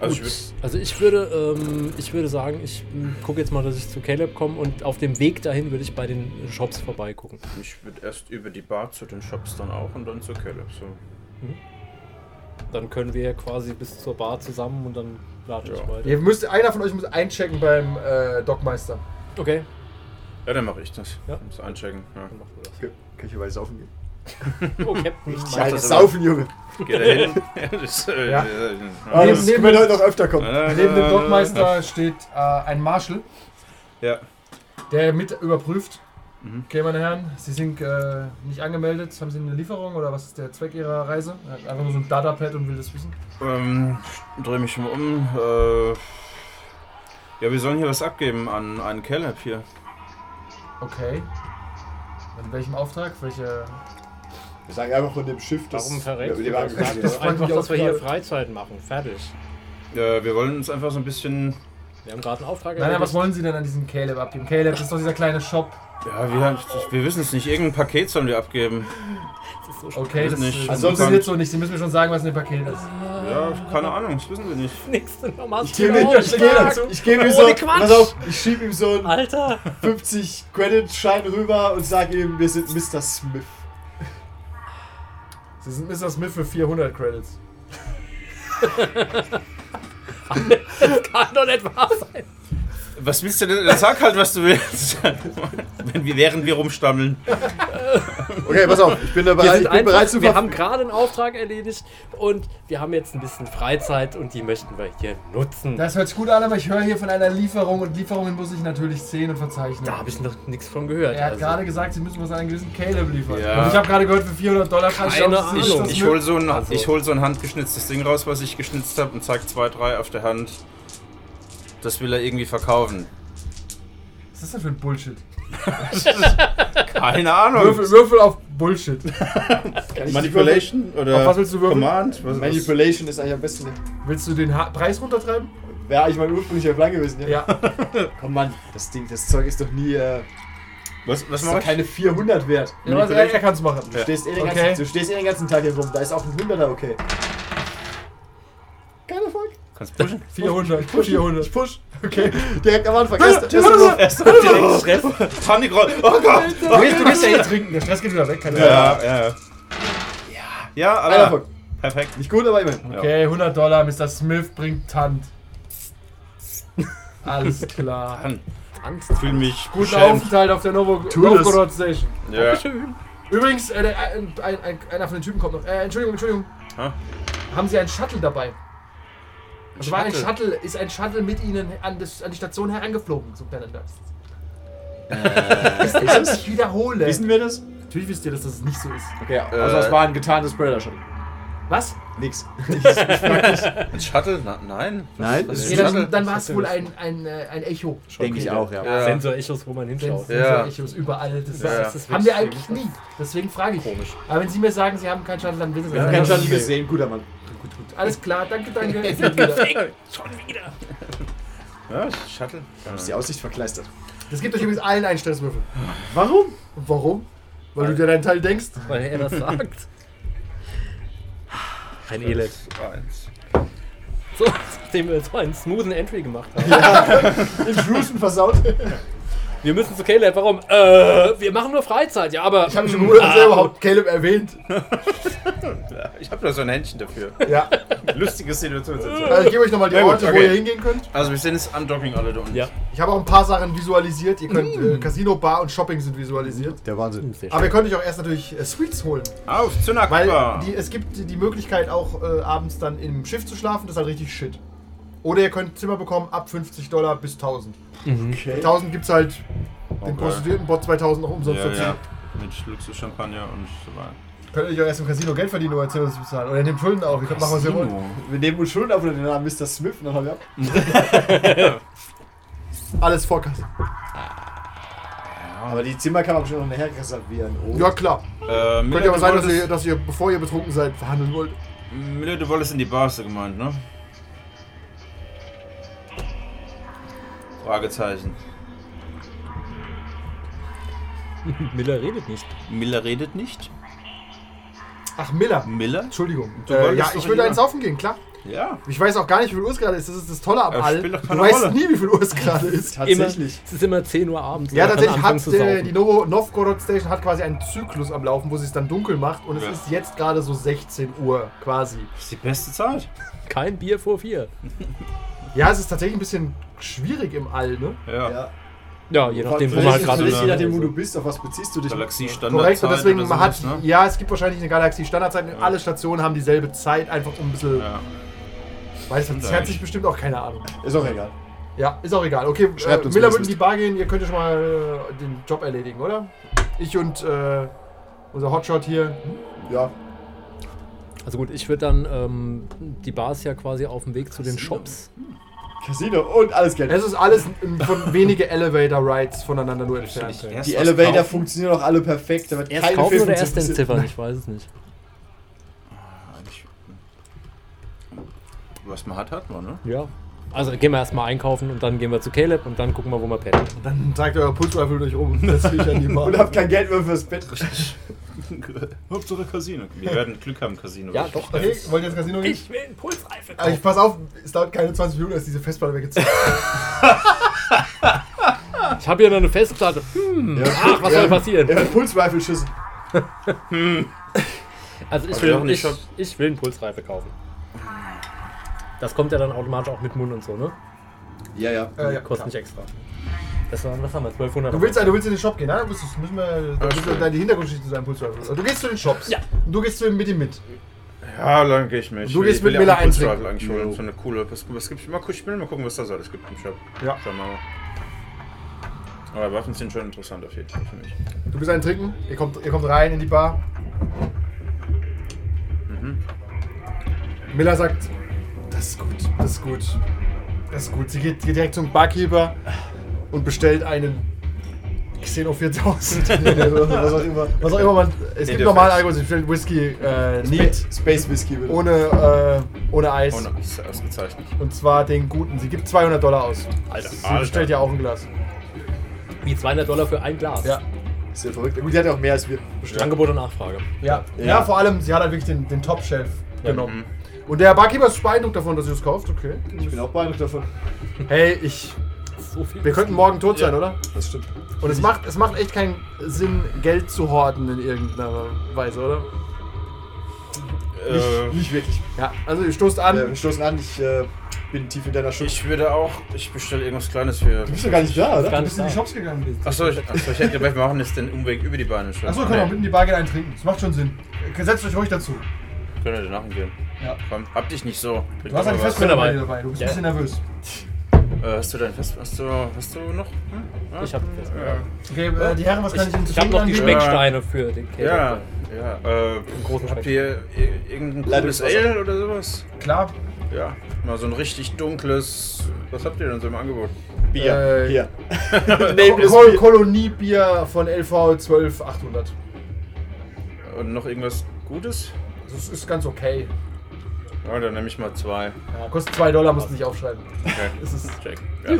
S2: Also ich würd-
S6: Also ich würde, ähm, ich würde sagen, ich gucke jetzt mal, dass ich zu Caleb komme und auf dem Weg dahin würde ich bei den Shops vorbeigucken.
S2: ich würde erst über die Bar zu den Shops dann auch und dann zu Caleb. So.
S6: Dann können wir quasi bis zur Bar zusammen und dann lade ich
S2: Ja.
S6: weiter.
S3: Ihr müsst, einer von euch muss einchecken beim äh, Dockmeister.
S6: Okay,
S2: Ja, dann mache ich das.
S6: Ja.
S2: Muss einchecken. Ja.
S6: dann machen wir das.
S7: Kann ich hier weiter saufen gehen?
S6: Oh, Captain.
S7: Ja,
S2: das
S7: das
S2: aber.
S7: Saufen, Junge.
S2: Geht er hin? Das, äh,
S3: Ja.
S2: äh,
S7: Ah,
S3: Neben-
S7: das
S3: neben-
S7: können wir heute noch öfter kommen.
S2: äh,
S3: Neben dem
S2: äh,
S3: Dockmeister steht äh, ein Marshal.
S2: Ja.
S3: Der mit überprüft.
S2: Mhm.
S3: Okay, meine Herren, Sie sind äh, nicht angemeldet. Haben Sie eine Lieferung oder was ist der Zweck Ihrer Reise? Er hat einfach nur so ein Datapad und will das wissen.
S2: Ähm, drehe mich mal um. Äh, ja, wir sollen hier was abgeben an einen Caleb hier.
S3: Okay. In welchem Auftrag? Welche.
S7: Wir sagen einfach von dem Schiff, das.
S6: Warum verrätst du
S7: ja, wir
S6: das?
S7: waren
S6: Sag
S7: gesagt,
S6: doch
S7: das
S3: frag
S6: einfach,
S3: mich
S6: dass
S3: auch
S6: wir hier
S3: gerade.
S6: Freizeit machen. Fertig.
S2: Ja, wir wollen uns einfach so ein bisschen.
S6: Wir haben gerade einen Auftrag
S3: Nein, nein, was
S6: erledigt.
S3: wollen Sie denn an diesem Caleb abgeben? Caleb ist doch dieser kleine Shop.
S2: Ja, wir, wir wissen es nicht. Irgendein Paket sollen wir abgeben.
S6: Das ist so schlimm.
S3: Okay,
S2: Ist
S3: das
S2: nicht.
S3: das funktioniert so nicht. Sie müssen mir schon sagen, was in dem Paket ist.
S2: Ja, keine Ahnung, das wissen wir nicht.
S6: Nächste Nummer.
S7: Ich gebe ihm, ich gebe ihm, ich gebe ihm so,
S6: Ohne Quatsch.
S7: pass auf, ich schiebe ihm so einen
S6: Alter.
S7: 50 Credit-Schein rüber und sage ihm, wir sind Mr. Smith.
S3: Sie sind Mr. Smith für 400 Credits.
S6: Das kann doch nicht wahr sein.
S2: Was willst du denn? Dann Sag halt, was du willst. Wenn wir, während wir rumstammeln.
S7: Okay, pass auf, ich bin, da
S6: Wir,
S7: bereit,
S6: sind
S7: ich bin
S6: einfach,
S7: bereit zu
S6: wir
S7: ver-
S6: haben gerade einen Auftrag erledigt und wir haben jetzt ein bisschen Freizeit und die möchten wir hier nutzen.
S3: Das hört sich gut an, aber ich höre hier von einer Lieferung und Lieferungen muss ich natürlich sehen und verzeichnen.
S6: da habe ich noch nichts von gehört.
S3: er hat
S6: also.
S3: gerade gesagt, sie müssen was an einen gewissen Caleb liefern.
S2: Ja.
S3: Und ich habe gerade gehört, für 400 Dollar kann
S6: Keine
S3: das nicht,
S6: Ahnung.
S3: das
S2: Ich
S3: mit-
S2: hol so ein,
S6: Also.
S2: ich hol so ein handgeschnitztes Ding raus, was ich geschnitzt habe, und zeig zwei, drei auf der Hand. Das will er irgendwie verkaufen.
S3: Was ist das für ein Bullshit?
S2: Keine Ahnung.
S3: Würfel, Würfel auf Bullshit.
S2: Manipulation oder
S3: Auf was willst du würfeln?
S2: Command? Was ist
S7: Manipulation ist eigentlich am besten. ne?
S3: Willst du den Ha- Preis runtertreiben?
S7: Wäre eigentlich mein ursprünglicher Plan gewesen. Ja.
S3: Ja.
S7: Komm, Mann, das Ding, das Zeug ist doch nie. Äh,
S2: das? Was, was
S7: ist
S2: mach
S7: doch
S2: ich?
S7: keine 400 wert.
S3: ja was, er, er kann es machen.
S7: Du, stehst eh den
S3: Okay.
S7: ganzen, du stehst eh den ganzen Tag hier rum, da ist auch ein 100er okay. Kein Erfolg.
S2: Kannst pushen?
S3: 400, 400.
S7: Push. Okay, direkt am Anfang. Erst, erst
S3: Warte, warte.
S2: Erst direkt Stress. Panikroll. Oh Gott.
S3: Du willst, du willst ja hier trinken, der Stress geht wieder weg. Keine Ahnung.
S2: Ja, ja. Ja,
S7: Ein
S2: aber
S7: Erfolg.
S2: perfekt.
S7: Nicht gut, aber immerhin.
S3: Okay, 100 Dollar, Mr. Smith bringt Tant. Alles klar.
S2: Mann,
S6: Angst.
S2: fühl mich
S3: Guten
S2: beschämt.
S3: Aufenthalt auf der Novo
S7: Tu das.
S3: Novgorod Station.
S2: Ja.
S3: Übrigens, äh, der, ein, ein, ein, einer von den Typen kommt noch. Äh, Entschuldigung, Entschuldigung.
S2: Hä?
S3: Haben Sie einen Shuttle dabei? Also war ein
S6: Shuttle?
S3: Shuttle, ist ein Shuttle mit Ihnen an, das, an die Station herangeflogen, so kleiner Dachs. Äh, ich wiederhole.
S7: Wissen wir das?
S3: Natürlich wisst ihr, dass das nicht so ist.
S7: Okay, also das war ein getanes Predator schon.
S3: Was?
S7: Nix.
S2: Ein Shuttle? Na, nein.
S7: Nein,
S2: Was
S7: ist
S2: ist ein
S3: Ja,
S7: Shuttle?
S3: dann dann war es wohl ein, ein, äh, ein Echo.
S7: Denke ich auch, ja.
S2: Ja.
S6: Sensor-Echos, wo man hinschaut.
S2: Ja.
S3: Echos überall. Das
S2: Ja.
S3: ist, haben wir eigentlich nie. Deswegen frage ich.
S6: Komisch.
S3: Aber wenn Sie mir sagen, Sie haben keinen Shuttle, dann wissen Sie
S7: Wir haben
S3: das.
S7: keinen
S3: Alles
S7: Shuttle gesehen, guter Mann.
S3: Gut, gut. Alles klar, danke, danke. Ich bin wieder.
S2: Ja, Shuttle.
S7: Da ist die Aussicht verkleistert.
S3: Das gibt euch übrigens allen einen Stresswürfel.
S7: Warum?
S3: Und warum? Weil du dir deinen Teil denkst.
S6: Weil er das sagt. Ein Elend.
S2: Eins.
S6: So, nachdem wir so einen smoothen Entry gemacht haben.
S7: Intrusion versaut.
S6: Wir müssen zu Caleb, warum? Äh, wir machen nur Freizeit, ja, aber.
S3: Ich habe schon gewundert, dass er überhaupt Caleb erwähnt.
S2: Ja, Ich habe da so ein Händchen dafür.
S3: Ja.
S2: Lustige Situation.
S3: Also ich gebe euch nochmal die
S2: Na gut,
S3: Orte, wo
S2: okay.
S3: ihr hingehen könnt.
S2: Also wir sind jetzt am Docking alle da unten.
S6: Ja.
S3: Ich habe auch ein paar Sachen visualisiert. Ihr könnt äh, Casino, Bar und Shopping sind visualisiert.
S7: Der Wahnsinn.
S3: Aber ihr könnt euch auch erst natürlich äh, Suites holen.
S2: Auf zu
S3: Weil
S2: Nakba.
S3: die, es gibt die Möglichkeit auch äh, abends dann im Schiff zu schlafen. Das ist halt richtig shit. Oder ihr könnt Zimmer bekommen ab 50 Dollar bis 1000.
S7: Okay.
S3: 1000 gibt's halt
S2: Okay.
S3: den Prostituiertenbot 2000 noch umsonst
S2: Ja,
S3: dazu.
S2: ja. Mit Luxus Champagner und so weiter.
S3: Könnt ihr euch auch erst im Casino Geld verdienen, um euer Zimmer zu bezahlen. Oder nehmt Schulden auf. Ihr könnt machen, was ihr wollt.
S7: Wir nehmen uns schon auf unter den Namen Mr. Smith und dann haben wir ab.
S3: Alles Vorkasse.
S7: Aber die Zimmer kann man bestimmt noch nachher reservieren. Oh.
S3: Ja, klar.
S2: Äh, Miller,
S3: Könnte ja
S2: du
S3: aber sein, dass ihr,
S2: wolltest-
S3: dass ihr, bevor ihr betrunken seid, verhandeln wollt.
S2: Miller, du wolltest in die Bar, hast du gemeint, ne? Fragezeichen.
S6: Miller redet nicht.
S2: Miller redet nicht.
S3: Ach, Miller.
S2: Miller?
S3: Entschuldigung.
S2: Du
S3: Äh,
S2: wolltest
S3: ja,
S2: doch
S3: ich würde
S2: lieber-
S3: einen saufen gehen, klar.
S2: Ja.
S3: Ich weiß auch gar nicht, wie viel Uhr es gerade ist. Das ist das Tolle am
S2: Ja,
S3: All.
S2: spielt doch
S3: Du
S2: keine
S3: weißt
S2: Rolle.
S3: nie, wie viel Uhr es gerade ist.
S7: Tatsächlich.
S6: Immer, es ist immer 10 Uhr abends.
S3: Ja,
S6: man kann
S3: tatsächlich
S6: anfangen
S3: hat
S6: zu
S3: äh,
S6: saufen.
S3: die Novo Novgorod Station hat quasi einen Zyklus am Laufen, wo sie es dann dunkel macht. Und es
S2: Ja.
S3: ist jetzt gerade so 16 Uhr quasi.
S2: Das ist die beste Zeit.
S6: Kein Bier vor vier.
S3: Ja, es ist tatsächlich ein bisschen schwierig im All, ne?
S2: Ja.
S7: Ja.
S6: Ja, je nachdem, wo
S7: Vielleicht
S6: man halt
S7: ist
S6: gerade
S7: es Je nachdem, wo
S6: ist.
S7: du bist, auf was beziehst du dich?
S2: Galaxie
S3: Korrekt, und
S2: Standardzeit
S3: deswegen
S2: oder sowas,
S3: hat,
S2: ne?
S3: ja, es gibt wahrscheinlich eine Galaxie-Standardzeit und alle Stationen haben dieselbe Zeit, einfach um ein bisschen,
S2: Ja.
S3: weil es verzerrt sich
S2: eigentlich.
S3: bestimmt auch, keine Ahnung.
S7: Ist auch egal.
S3: Ja, ist auch egal. Okay,
S7: Schreibt
S3: äh,
S7: uns,
S3: Miller
S7: wenn
S3: wird in
S7: ihr's
S3: die Bar gehen, ihr könnt ja schon mal äh, den Job erledigen, oder? Ich und äh, unser Hotshot hier.
S7: Ja.
S6: Also gut, ich würde dann, ähm, die Bar ist ja quasi auf dem Weg zu den Shops.
S7: Casino und alles Geld.
S3: Es ist alles n- von wenige Elevator-Rides voneinander nur entfernt.
S2: Erst
S7: Die
S2: was
S7: Elevator
S2: kaufen.
S7: funktionieren doch alle perfekt. Da wird
S6: Erst
S7: keine
S6: kaufen oder
S7: Pfiffen
S6: erst
S7: zu besitzen.
S6: entziffern? Ich weiß es nicht.
S2: Was man hat, hat man, ne?
S6: Ja. Also gehen wir erstmal einkaufen und dann gehen wir zu Caleb und dann gucken wir, wo wir pennen.
S3: Und dann zeigt euer Pulsweifel durch rum. Das will ich an die Bar.
S7: Und habt kein Geld mehr fürs Bett.
S2: Hauptsache Casino. Wir werden Glück haben, Casino.
S6: Ja, doch.
S3: Okay, wollt ihr ins Casino gehen?
S6: will einen Pulsreifen
S3: Also ich pass auf, es dauert keine 20 Minuten, dass diese Festplatte weggezogen
S6: Ich habe hier noch eine Festplatte. Hm, ach, was soll passieren?
S7: Er hat Pulsweifelschüsse.
S6: Also ich
S2: Aber wir haben
S6: will,
S2: die
S6: ich,
S2: Shop-
S6: ich will einen Pulsreife kaufen. Das kommt ja dann automatisch auch mit Mund und so, ne?
S7: Ja, ja.
S3: Äh, ja,
S6: Kostet
S3: klar.
S6: nicht extra. Das waren, was haben wir, 1200
S3: Du willst, du willst in den Shop gehen, ne? Du bist, müssen wir, da müssen wir deine Hintergrundgeschichte zu deinem Puls haben. Du gehst zu den Shops.
S6: Ja.
S3: Und du gehst zu dem mit ihm mit.
S2: Ja, lang gehe ich mich.
S3: Du
S2: Ich
S3: gehst
S2: will
S3: mit
S2: ja
S3: Miller
S2: auch einen Pulse
S3: eintrinken.
S2: Rifle eigentlich holen. So eine coole. Was, was gibt's? Mal, gu- ich will mal gucken, was das alles gibt im Shop.
S3: Ja.
S2: Schau mal. Aber Waffen sind schon interessant auf jeden Fall für mich.
S3: Du bist einen trinken. Ihr kommt, ihr kommt rein in die Bar. Miller sagt, das ist gut, das ist gut, das ist gut. Sie geht, geht direkt zum Barkeeper und bestellt einen Xeno 4000.
S7: Was auch immer.
S3: Was auch immer man. Es
S2: Nee,
S3: gibt
S2: der
S3: normalen
S2: Fest.
S3: Alkohol, sie bestellt Whisky, äh, Neat,
S7: Space Whisky will.
S3: ohne, äh, ohne Eis.
S2: Oh, na, ist ausgezeichnet.
S3: Und zwar den guten. Sie gibt 200 Dollar aus.
S6: Alter.
S3: Sie bestellt ja auch ein Glas.
S6: Wie 200 Dollar für ein Glas.
S3: Ja.
S7: Ist ja verrückt. Gut, der hat auch mehr als wir.
S6: Ja. Angebot und Nachfrage.
S3: Ja. ja.
S7: Ja.
S3: vor allem, sie hat halt wirklich den, den Top-Chef genommen.
S6: Mhm.
S3: Und der Barkeeper ist beeindruckt davon, dass sie es kauft, okay.
S7: Ich bin auch beeindruckt davon.
S3: Hey, ich.
S6: So viel.
S3: Wir könnten morgen tot sein, oder?
S7: Das stimmt.
S3: Und es macht, es macht echt keinen Sinn, Geld zu horten in irgendeiner Weise, oder?
S2: Äh,
S7: Nicht wirklich.
S3: Ja, also ihr stoßt an.
S7: Äh, wir stoßen an. Ich äh, bin tief in deiner Schuld.
S2: Äh, ich würde auch. Ich bestelle irgendwas Kleines für.
S7: Du bist doch gar nicht da, oder?
S6: Gar nicht da.
S3: Shops gegangen.
S2: Achso, ich, achso, ich hätte gedacht, wir machen jetzt den Umweg über die Beine schon.
S3: Achso, können wir auch mitten in die Bar gehen eintrinken. Das macht schon Sinn. Setzt euch ruhig dazu.
S2: Können wir danach hingehen.
S3: Ja.
S2: Komm, hab dich nicht so.
S3: Du hast
S2: Aber
S3: eine
S2: was-
S3: Festplatte
S6: dabei.
S3: dabei. dabei. Du bist
S6: Ja.
S3: ein bisschen nervös.
S2: Äh, hast du dein Fest? Hast du, hast du noch? Hm? Ja?
S6: Ich hab den Fest.
S2: Ja.
S3: Okay, äh, die Herren, was kann ich, Ihnen zu
S6: Ich habe
S3: trinken
S6: noch die
S3: anbieten?
S6: Specksteine für den Käse.
S2: Ja, ja. Äh,
S6: Einen großen
S2: habt
S6: Speck.
S2: ihr i- irgendein cooles
S7: Leitungswasser.
S2: Ale oder sowas?
S3: Klar.
S2: Ja, mal so ein richtig dunkles. Was habt ihr denn so im Angebot?
S7: Bier.
S3: Äh,
S7: Hier.
S3: Ko- Kol Koloniebier von LV 12800.
S2: Und noch irgendwas Gutes?
S3: Das ist ganz okay.
S2: Ja, dann nehme ich mal zwei.
S3: Ja, kostet 2 Dollar, musst du nicht aufschreiben.
S2: Okay,
S3: Es ist,
S2: check. Ja.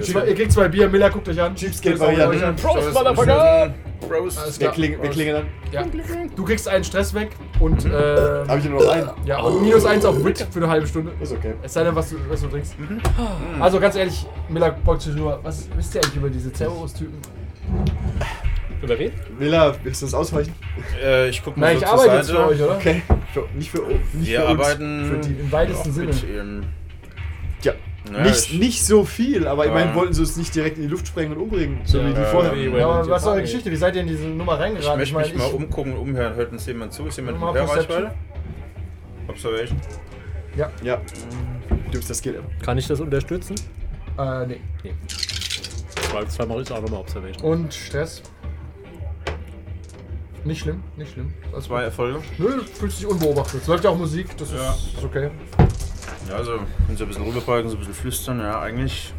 S3: zwei, ihr kriegt zwei Bier, Miller guckt euch an.
S7: Cheapskate-Variante.
S3: Euch an.
S2: Prost, Motherfucker! Prost!
S7: Wir,
S3: klar.
S7: kling, wir klingeln an.
S3: Ja. Du kriegst einen Stress weg und,
S2: Mhm.
S3: äh,
S7: Hab ich nur noch einen?
S3: ja, und minus eins auf Wit für eine halbe Stunde.
S7: Ist okay.
S3: Es sei denn, was du, was du trinkst.
S2: Mhm.
S3: Also ganz ehrlich, Miller beugt sich nur. Was wisst ihr eigentlich über diese Cerberus-Typen?
S6: Über wen?
S7: Mila, willst du uns ausweichen?
S2: Äh, ich guck mal
S3: Nein,
S2: so
S3: ich
S2: zur
S3: arbeite jetzt
S2: Seite.
S3: für euch, oder?
S7: Okay. Für, nicht für uns. Nicht
S2: Wir
S7: für uns,
S2: arbeiten
S7: Für die.
S3: Im weitesten
S2: auch
S3: Sinne.
S2: mit ihm.
S7: Ja.
S2: Naja,
S7: nicht,
S2: ich-
S7: nicht so viel, aber
S2: Ja.
S7: immerhin wollten sie uns nicht direkt in die Luft sprengen und umbringen, so wie die
S6: Ja.
S7: vorher.
S6: Wie
S3: Ja, aber
S6: Wayland
S3: was ist eure
S6: Yutani.
S3: Geschichte? Wie seid ihr in diese Nummer
S2: Ich
S3: reingeraten?
S2: möchte mich mal umgucken und umhören. Hört uns jemand zu? Ist jemand
S3: Mal
S2: in der
S3: Perception.
S2: Reichweite? Observation.
S7: Ja. Du bist das geht aber.
S6: Kann ich das unterstützen?
S3: Äh,
S2: um-
S3: nee.
S6: Zwei, zwei mache ich auch nochmal Observation.
S3: Und Stress. Nicht schlimm, nicht schlimm. Also,
S2: Zwei Erfolge.
S3: nö, du fühlst dich unbeobachtet. Es läuft ja auch Musik, das
S2: Ja.
S3: ist, ist okay.
S2: Ja, also, wenn sie ein bisschen rüberbeugen, so ein bisschen flüstern, ja, eigentlich.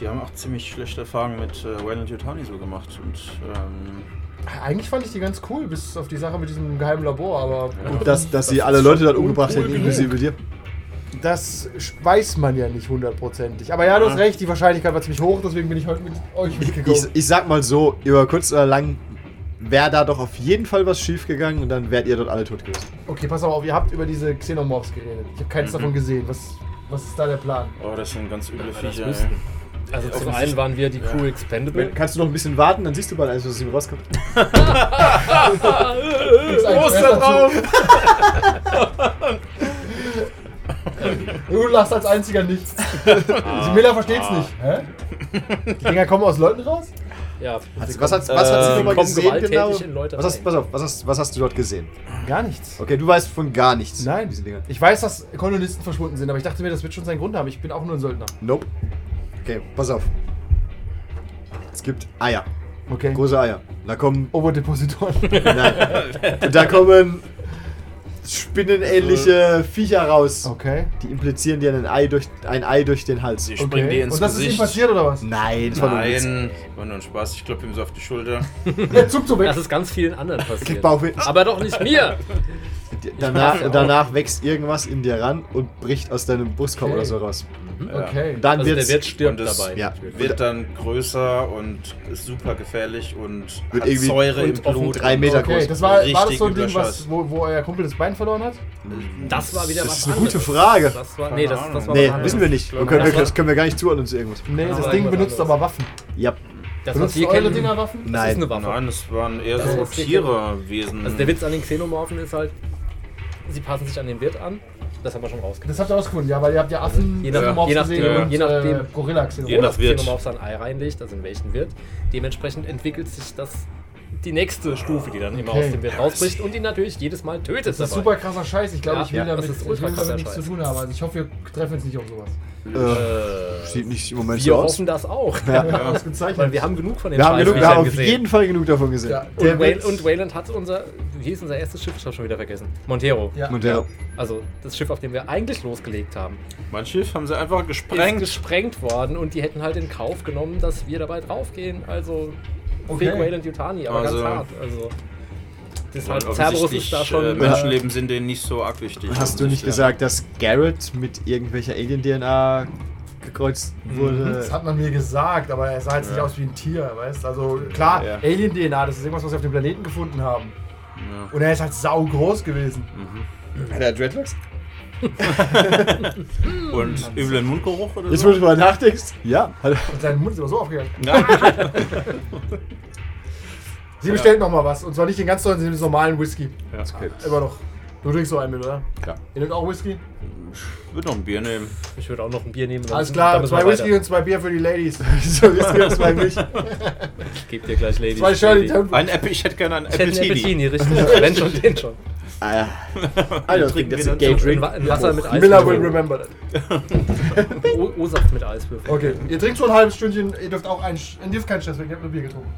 S2: Die haben auch ziemlich schlechte Erfahrungen mit äh, Wayland Yutani so gemacht. Und, ähm,
S3: Eigentlich fand ich die ganz cool, bis auf die Sache mit diesem geheimen Labor, aber
S7: Und dass, dass sie alle Leute dann umgebracht hätten, inklusive dir.
S3: das weiß man ja nicht hundertprozentig. Aber ja, du hast recht, die Wahrscheinlichkeit war ziemlich hoch, deswegen bin ich heute mit euch
S7: Ich,
S3: mitgekommen.
S7: ich sag mal so, über kurz oder lang wäre da doch auf jeden Fall was schief gegangen und dann wärt ihr dort alle tot gewesen.
S3: Okay, pass aber auf, ihr habt über diese Xenomorphs geredet. Ich habe keins davon gesehen. Was, was ist da der Plan?
S2: oh, das sind ganz üble Viecher.
S6: müssten.
S2: ey.
S6: Also zum einen waren wir die Crew Expendable.
S7: Kannst du noch ein bisschen warten, dann siehst du bald alles, was ihm rauskommt.
S3: Gibt's einen Stress dazu? Du lachst als einziger nicht. Die Miller versteht's nicht. Hä? Die Dinger kommen aus Leuten raus?
S6: Ja.
S7: Also, was hat, was hat sie
S6: äh,
S7: nochmal
S6: kommen
S7: gesehen
S6: gewalttätig
S7: genau?
S6: in Leute
S7: Was hast,
S6: rein.
S7: pass auf, was hast, was hast du dort gesehen?
S3: Gar nichts.
S7: Okay, du weißt von gar nichts.
S3: Nein,
S7: Diese Dinger.
S3: ich weiß, dass Kolonisten verschwunden sind, aber ich dachte mir, das wird schon seinen Grund haben. Ich bin auch nur ein Söldner.
S7: Nope. Okay, pass auf. Es gibt Eier.
S3: Okay.
S7: Große Eier. Da kommen.
S3: Oberdepositoren.
S7: Nein. Und da kommen spinnenähnliche Viecher raus.
S3: Okay.
S7: Die implizieren dir ein Ei durch, ein Ei durch den Hals.
S2: Ich spring dir
S3: okay.
S2: ins
S3: Und das ist ihm
S2: Gesicht.
S3: passiert oder was?
S7: Nein, das war nur ein Witz.
S2: Nein, war nur ein Spaß. Ich klopfe ihm so auf die Schulter.
S3: Der Zug zu weg.
S6: Das ist ganz vielen anderen passiert.
S7: Bauchweh.
S6: Aber doch nicht mir!
S7: Danach, danach wächst irgendwas in dir ran und bricht aus deinem Brustkorb
S3: Okay.
S7: oder so raus.
S3: Hm, Okay.
S7: Und dann
S6: Also der
S7: wird's,
S6: Wirt
S2: Und
S6: stirbt
S2: es
S6: dabei.
S7: Ja.
S2: wird dann größer und ist super gefährlich und
S7: Wird
S2: hat
S7: irgendwie-
S2: Säure im
S7: und offen
S2: Blut.
S7: drei Meter
S3: Okay,
S7: groß.
S3: das war, war das
S2: Richtig
S3: so ein Ding,
S2: übler
S3: was,
S2: Scheiß.
S3: wo, wo euer Kumpel das Bein verloren hat?
S6: Das war wieder
S7: Das
S6: was
S7: ist eine gute
S6: anderes.
S7: Frage.
S6: Das war, nee, das, das war
S7: Nee,
S6: was anderes.
S7: wissen wir nicht. Wir können, wir, das können wir gar nicht zuordnen zu irgendwas.
S3: Nee,
S6: Das
S3: das
S6: war
S3: Ding
S6: irgendwas
S3: benutzt
S6: anderes.
S3: aber Waffen.
S7: Ja,
S6: Das, was
S3: Benutzt
S6: wir
S3: ihr eure
S6: kennen,
S3: Dinger Waffen?
S6: das ist
S7: nein.
S6: eine Waffe.
S2: Nein, das waren eher
S6: Das also
S2: so
S6: ist-
S2: Viererwesen.
S6: Also der Witz an den Xenomorphen ist halt, sie passen sich an den Wirt an Das haben wir schon rausgekriegt.
S3: Das habt ihr ausgefunden, ja, weil ihr habt ja Affen,
S6: Je nach-
S3: Zomorphs
S6: je nachdem-
S3: gesehen und
S6: je nachdem-
S3: äh, Gorillas
S2: je
S3: gesehen.
S2: nach Wirt.
S6: Wenn man auf sein Ei reinlegt, also in welchen Wirt, dementsprechend entwickelt sich das die nächste Stufe, die dann immer
S3: Okay.
S6: aus dem Wirt rausbricht und ihn natürlich jedes Mal tötet.
S3: Das ist
S6: dabei.
S3: super krasser Scheiß. Ich glaube,
S6: Ja,
S3: ich will
S6: ja, das
S3: damit,
S6: ist
S3: ich will
S6: ultra krasser
S3: damit nichts zu
S6: Scheiß.
S3: tun haben. Also ich hoffe, wir treffen jetzt nicht auf sowas.
S6: Äh,
S7: Sieht nicht im Moment
S6: wir
S7: so aus.
S6: hoffen das auch.
S2: Ja.
S6: Weil wir haben genug von den
S7: Wir haben, genug, wir
S6: Scheißviechern
S7: haben auf
S6: gesehen.
S7: jeden Fall genug davon gesehen.
S3: Ja,
S6: und, Wayland,
S3: Witz-
S6: und Wayland hat unser, wie hieß unser erstes Schiff? Ich habe schon wieder vergessen. Montero.
S3: Ja.
S7: Und der,
S6: Also das Schiff, auf dem wir eigentlich losgelegt haben,
S2: Mein Schiff haben sie einfach
S6: ist
S2: gesprengt.
S6: gesprengt worden und die hätten halt in Kauf genommen, dass wir dabei draufgehen. Also
S3: Okay.
S6: Fake Wayland Yutani, aber
S2: Also-
S6: ganz hart. Also deshalb
S2: Weil
S6: Cerberus
S2: Halt offensichtlich,
S6: ist da schon.
S2: äh, Menschenleben sind denen nicht so arg wichtig.
S7: hast du nicht
S2: Ja.
S7: gesagt, dass Garrett mit irgendwelcher Alien-DNA gekreuzt
S6: Mhm.
S7: wurde?
S3: Das hat man mir gesagt, aber er sah jetzt nicht aus wie ein Tier, weißt du? Also klar,
S2: Ja.
S3: Alien-DNA, das ist irgendwas, was wir auf dem Planeten gefunden haben. Und er ist halt sau groß gewesen.
S6: Mhm.
S7: Hat er Dreadlocks?
S2: Und üblen Mundgeruch oder
S7: Jetzt, wo
S2: so?
S7: du mal nachdenkst, ja. hat er-
S3: Und sein Mund ist immer so aufgegangen.
S2: Ja.
S3: Sie bestellt noch mal was. Und zwar nicht den ganz tollen, sondern den normalen Whisky.
S2: Okay.
S3: Immer noch. Du trinkst so einen mit, oder?
S7: Ja.
S3: Ihr nehmt auch Whisky?
S2: Ich würde noch ein Bier nehmen.
S6: Ich würde auch noch ein Bier nehmen.
S3: Alles
S6: ansonsten- da
S3: klar,
S6: müssen
S3: zwei
S6: wir
S3: Whisky
S6: weiter.
S3: und zwei Bier für die Ladies.
S7: so ist mir das bei mich.
S6: Ich gebe dir gleich Lady.
S3: Zwei Shirley Temple.
S2: Ein Apple, ich hätte gerne einen Appletini.
S6: Appletini, richtig. Wenn schon, den schon.
S7: Ah, Alter,
S2: trinken
S7: das
S2: wir
S7: ist
S2: dann
S7: ein
S2: so
S7: Gay
S6: In,
S7: Drink.
S6: Wa- in Wasser mit Eis.
S3: Miller will remember that.
S6: O- O-Saft mit Eiswürfeln.
S3: Okay, ihr trinkt schon ein halbes Stündchen, ihr dürft auch ein. Sch- Ihr dürft keinen Stress wegen, ihr habt nur Bier getrunken.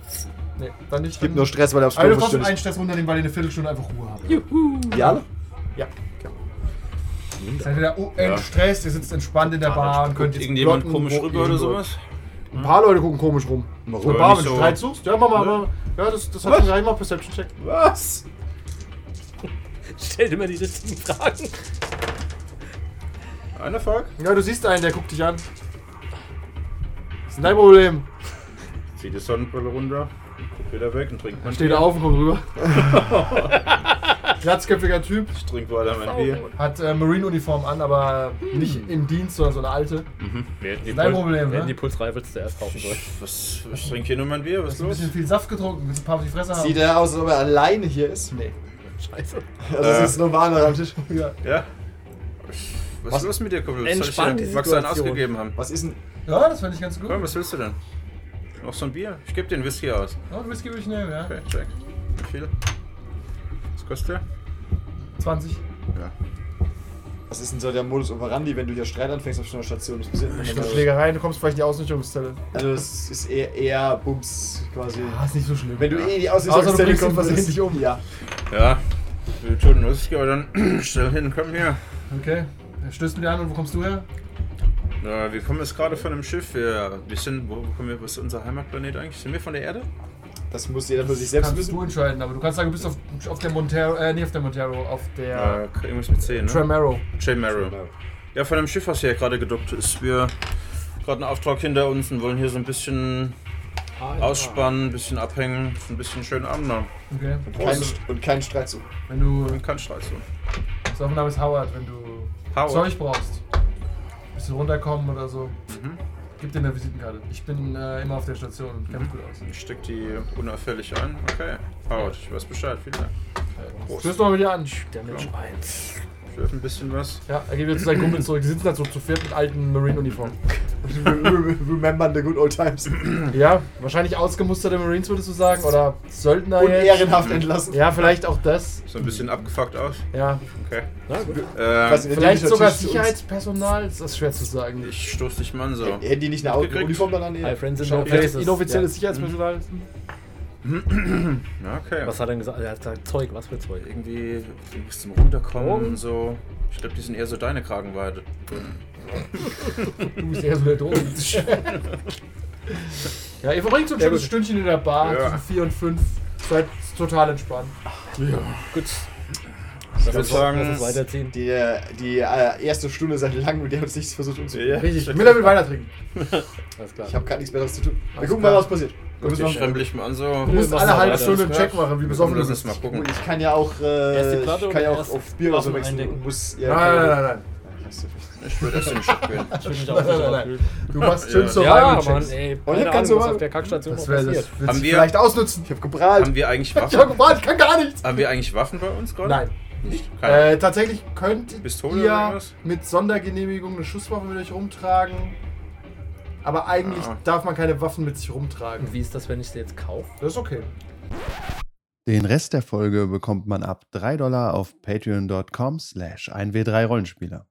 S3: Nee, dann nicht.
S7: Gibt nur Stress, weil er aufs
S3: Aber ihr
S7: Klo
S3: dürft trotzdem einen
S7: verstößt.
S3: Stress runternehmen, weil ihr eine Viertelstunde einfach Ruhe habt.
S7: Ja, alle?
S3: Ja. Seid ihr da unentstresst, ihr sitzt entspannt in der Bar und könnt jetzt
S2: Irgendjemand
S3: plotten,
S2: komisch
S3: wo
S2: rüber oder
S3: irgendwo-
S2: sowas?
S3: Ein paar Leute gucken komisch rum. So ein
S2: Aber
S3: paar,
S2: nicht
S3: wenn du
S2: so-
S3: Streit suchst, ja, mach mal, mach mal. Ja, das, das hat schon gleich mal Perception Check.
S7: Was?
S6: Stell dir mal die richtigen Fragen.
S2: Ein Erfolg?
S3: Ja, du siehst einen, der guckt dich an. Ist dein Problem.
S2: Zieh die Sonnenbrille runter, guck wieder weg und trink mein
S3: Dann steht er auf und kommt rüber. Glatzköpfiger Typ,
S2: Ich trink weiter mein Bier.
S3: hat äh, Marine-Uniform an, aber nicht im Dienst, sondern so eine alte.
S6: Werden
S3: Dein Problem,
S6: die
S3: ne?
S6: Pulse Rifles zuerst kaufen sollen.
S2: Was, ich trinke hier nur mein Bier, was ist
S3: Ein
S2: los?
S3: bisschen viel Saft getrunken, ein bisschen paar auf die Fresse haben.
S7: Sieht er aus, als ob er alleine hier ist? Nee.
S6: Scheiße.
S7: Also, das ist normal am Tisch.
S3: Ja.
S2: Ja? Was, ist los mit dir, Kumpel? Was soll
S6: Entspannt
S2: ich
S6: die
S2: dir- magst du einen
S6: Situation.
S2: ausgegeben haben?
S7: Was ist denn.
S3: ja, das fand ich ganz gut.
S2: Komm, was willst du denn? Noch so ein Bier? Ich geb dir einen Whisky aus.
S3: Ja, Whisky würde ich nehmen, ja.
S2: Okay, check. Wie viel? Was kostet der?
S3: 20.
S2: Ja.
S7: Was ist denn so der Modus operandi, wenn du hier Streit anfängst auf so einer Station? Das
S3: Eine
S7: passiert
S3: Schlägerei, du kommst vielleicht in die Ausnüchterungszelle.
S7: Also, das ist eher, eher Bums quasi.
S3: Ah, ist nicht so schlimm.
S7: Wenn du eh in die
S3: Außer du
S7: Aussichtungsstelle
S3: bringst ihn
S7: kommst, was
S3: versehentlich um.
S7: Ja.
S2: Ja, wir tun einen Whisky, aber dann schnell hin, komm hier.
S3: Okay, dann stößt du dir an und wo kommst du her?
S2: Ja, wir kommen jetzt gerade von einem Schiff. Wir, wir sind, wo wo kommen wir, was ist unser Heimatplanet eigentlich? Sind wir von der Erde?
S7: Das muss jeder für sich selbst
S3: kannst du
S7: wissen.
S3: entscheiden, aber du kannst sagen, du bist auf, auf der Montero, äh, nicht auf der Montero, auf der
S2: Äh, irgendwas mit 10, ne?
S3: Tremero.
S2: Jay Merrill. Ja, von dem Schiff, was hier gerade geduckt ist. Wir gerade einen Auftrag hinter uns und wollen hier so ein bisschen ausspannen, ein bisschen abhängen, ein bisschen schönen Abend haben.
S3: Okay.
S7: Kein, und keinen Streit zu.
S3: Wenn du,
S2: Und kein Streit so.
S3: das Name ist Howard, wenn du
S2: Howard.
S3: Zeug brauchst, ein bisschen runterkommen oder so, gib dir eine Visitenkarte. Ich bin äh, immer auf der Station und kenne mich gut aus.
S2: Ich steck die unauffällig ein. Okay. Howard, ich weiß Bescheid. Vielen Dank.
S3: Stößt doch mal mit dir an.
S6: Der Mensch 1.
S2: Ich werf ein bisschen was.
S3: Ja, er geht wieder zu seinen Kumpel zurück. Die sitzen da so zu viert mit alten Marine-Uniformen.
S7: Remember the good old times. Und
S3: Ja, wahrscheinlich ausgemusterte Marines würdest du sagen oder Söldner jetzt.
S7: ehrenhaft entlassen.
S3: Ja, vielleicht auch das.
S2: So ein bisschen abgefuckt aus.
S3: Ja,
S2: Okay.
S6: Na gut.
S7: Was
S2: Ähm,
S7: in der
S3: vielleicht sogar
S7: Tisch- Tisch zu uns-
S3: Sicherheitspersonal, das ist schwer zu sagen.
S2: ich stoß dich mal an so.
S7: Hätten die nicht eine
S2: Abgekriegt.
S7: Uniform dann an?
S6: Hi, Friends in
S3: Schau,
S6: No
S3: vielleicht
S6: Places.
S3: inoffizielles
S6: Ja.
S3: Sicherheitspersonal.
S2: Ja, okay.
S6: Was hat er denn gesagt? Er hat gesagt, Zeug, was für Zeug?
S2: Irgendwie irgendwas zum Runterkommen
S6: Drogen?
S2: und so. Ich glaube, die sind eher so deine Kragenweite.
S3: Du bist eher so der Drogen. ja, ihr verbringt so ein schönes Stündchen in der Bar
S2: Ja.
S3: zwischen 4 und 5. Seid total entspannt.
S6: Gut.
S2: Ich würde
S6: Lass
S2: sagen,
S6: uns weiterziehen.
S7: Die, die äh, erste Stunde seit langem und die haben es nichts versucht umzubringen.
S2: Ja.
S3: Richtig. Miller will weiter trinken.
S6: Alles klar.
S7: Ich habe gerade nichts Besseres zu tun. Wir
S3: Alles
S7: gucken mal,
S3: klar.
S7: was passiert. Wir müssen
S2: ich
S7: noch-
S2: schremble dich mal an so.
S3: Du musst
S6: machen
S3: alle
S6: wir
S3: halbe
S6: weiter.
S3: Stunde einen
S6: Alles klar.
S3: Check machen, wie besoffen du
S2: Lass uns
S3: bist.
S2: mal gucken.
S7: Gut, ich kann ja auch,
S6: Erste
S7: äh,
S6: Platte
S7: ich kann ja
S6: und
S7: auch
S6: erst
S7: auf Bier oder so
S6: Waffen
S7: wechseln
S6: eindecken.
S7: und muss... Ja,
S3: Nein, nein, nein, nein.
S2: Ich würde erst in den Shop gehen.
S6: Ich will mich auch
S3: Nein, nein,
S6: nicht
S3: Du machst schön
S2: Ja.
S6: so
S3: Survival
S6: Ja, Mann,
S3: Checks.
S6: ey.
S7: Und ich
S6: Keine
S7: kann
S6: Ahnung, was
S7: so-
S6: auf der Kackstation
S3: Das
S6: noch
S3: wäre das.
S6: passiert.
S3: Willst
S2: Haben
S3: du
S2: wir-
S3: vielleicht ausnutzen?
S7: Ich habe gebrahlt.
S2: Haben wir eigentlich
S3: Ich hab
S2: Waffen?
S3: gewartet, kann gar nichts.
S2: Haben wir eigentlich Waffen bei uns gerade?
S3: Nein.
S2: Nicht. Keine.
S3: Äh, tatsächlich könnt
S2: Pistole oder
S3: ihr
S2: irgendwas?
S3: mit Sondergenehmigung eine Schusswaffe mit euch rumtragen. Aber eigentlich
S2: Ah.
S3: darf man keine Waffen mit sich rumtragen.
S6: Und wie ist das, wenn ich sie jetzt kaufe?
S3: Das ist okay.
S1: Den Rest der Folge bekommt man ab 3 Dollar auf patreon.com slash 1w3rollenspieler.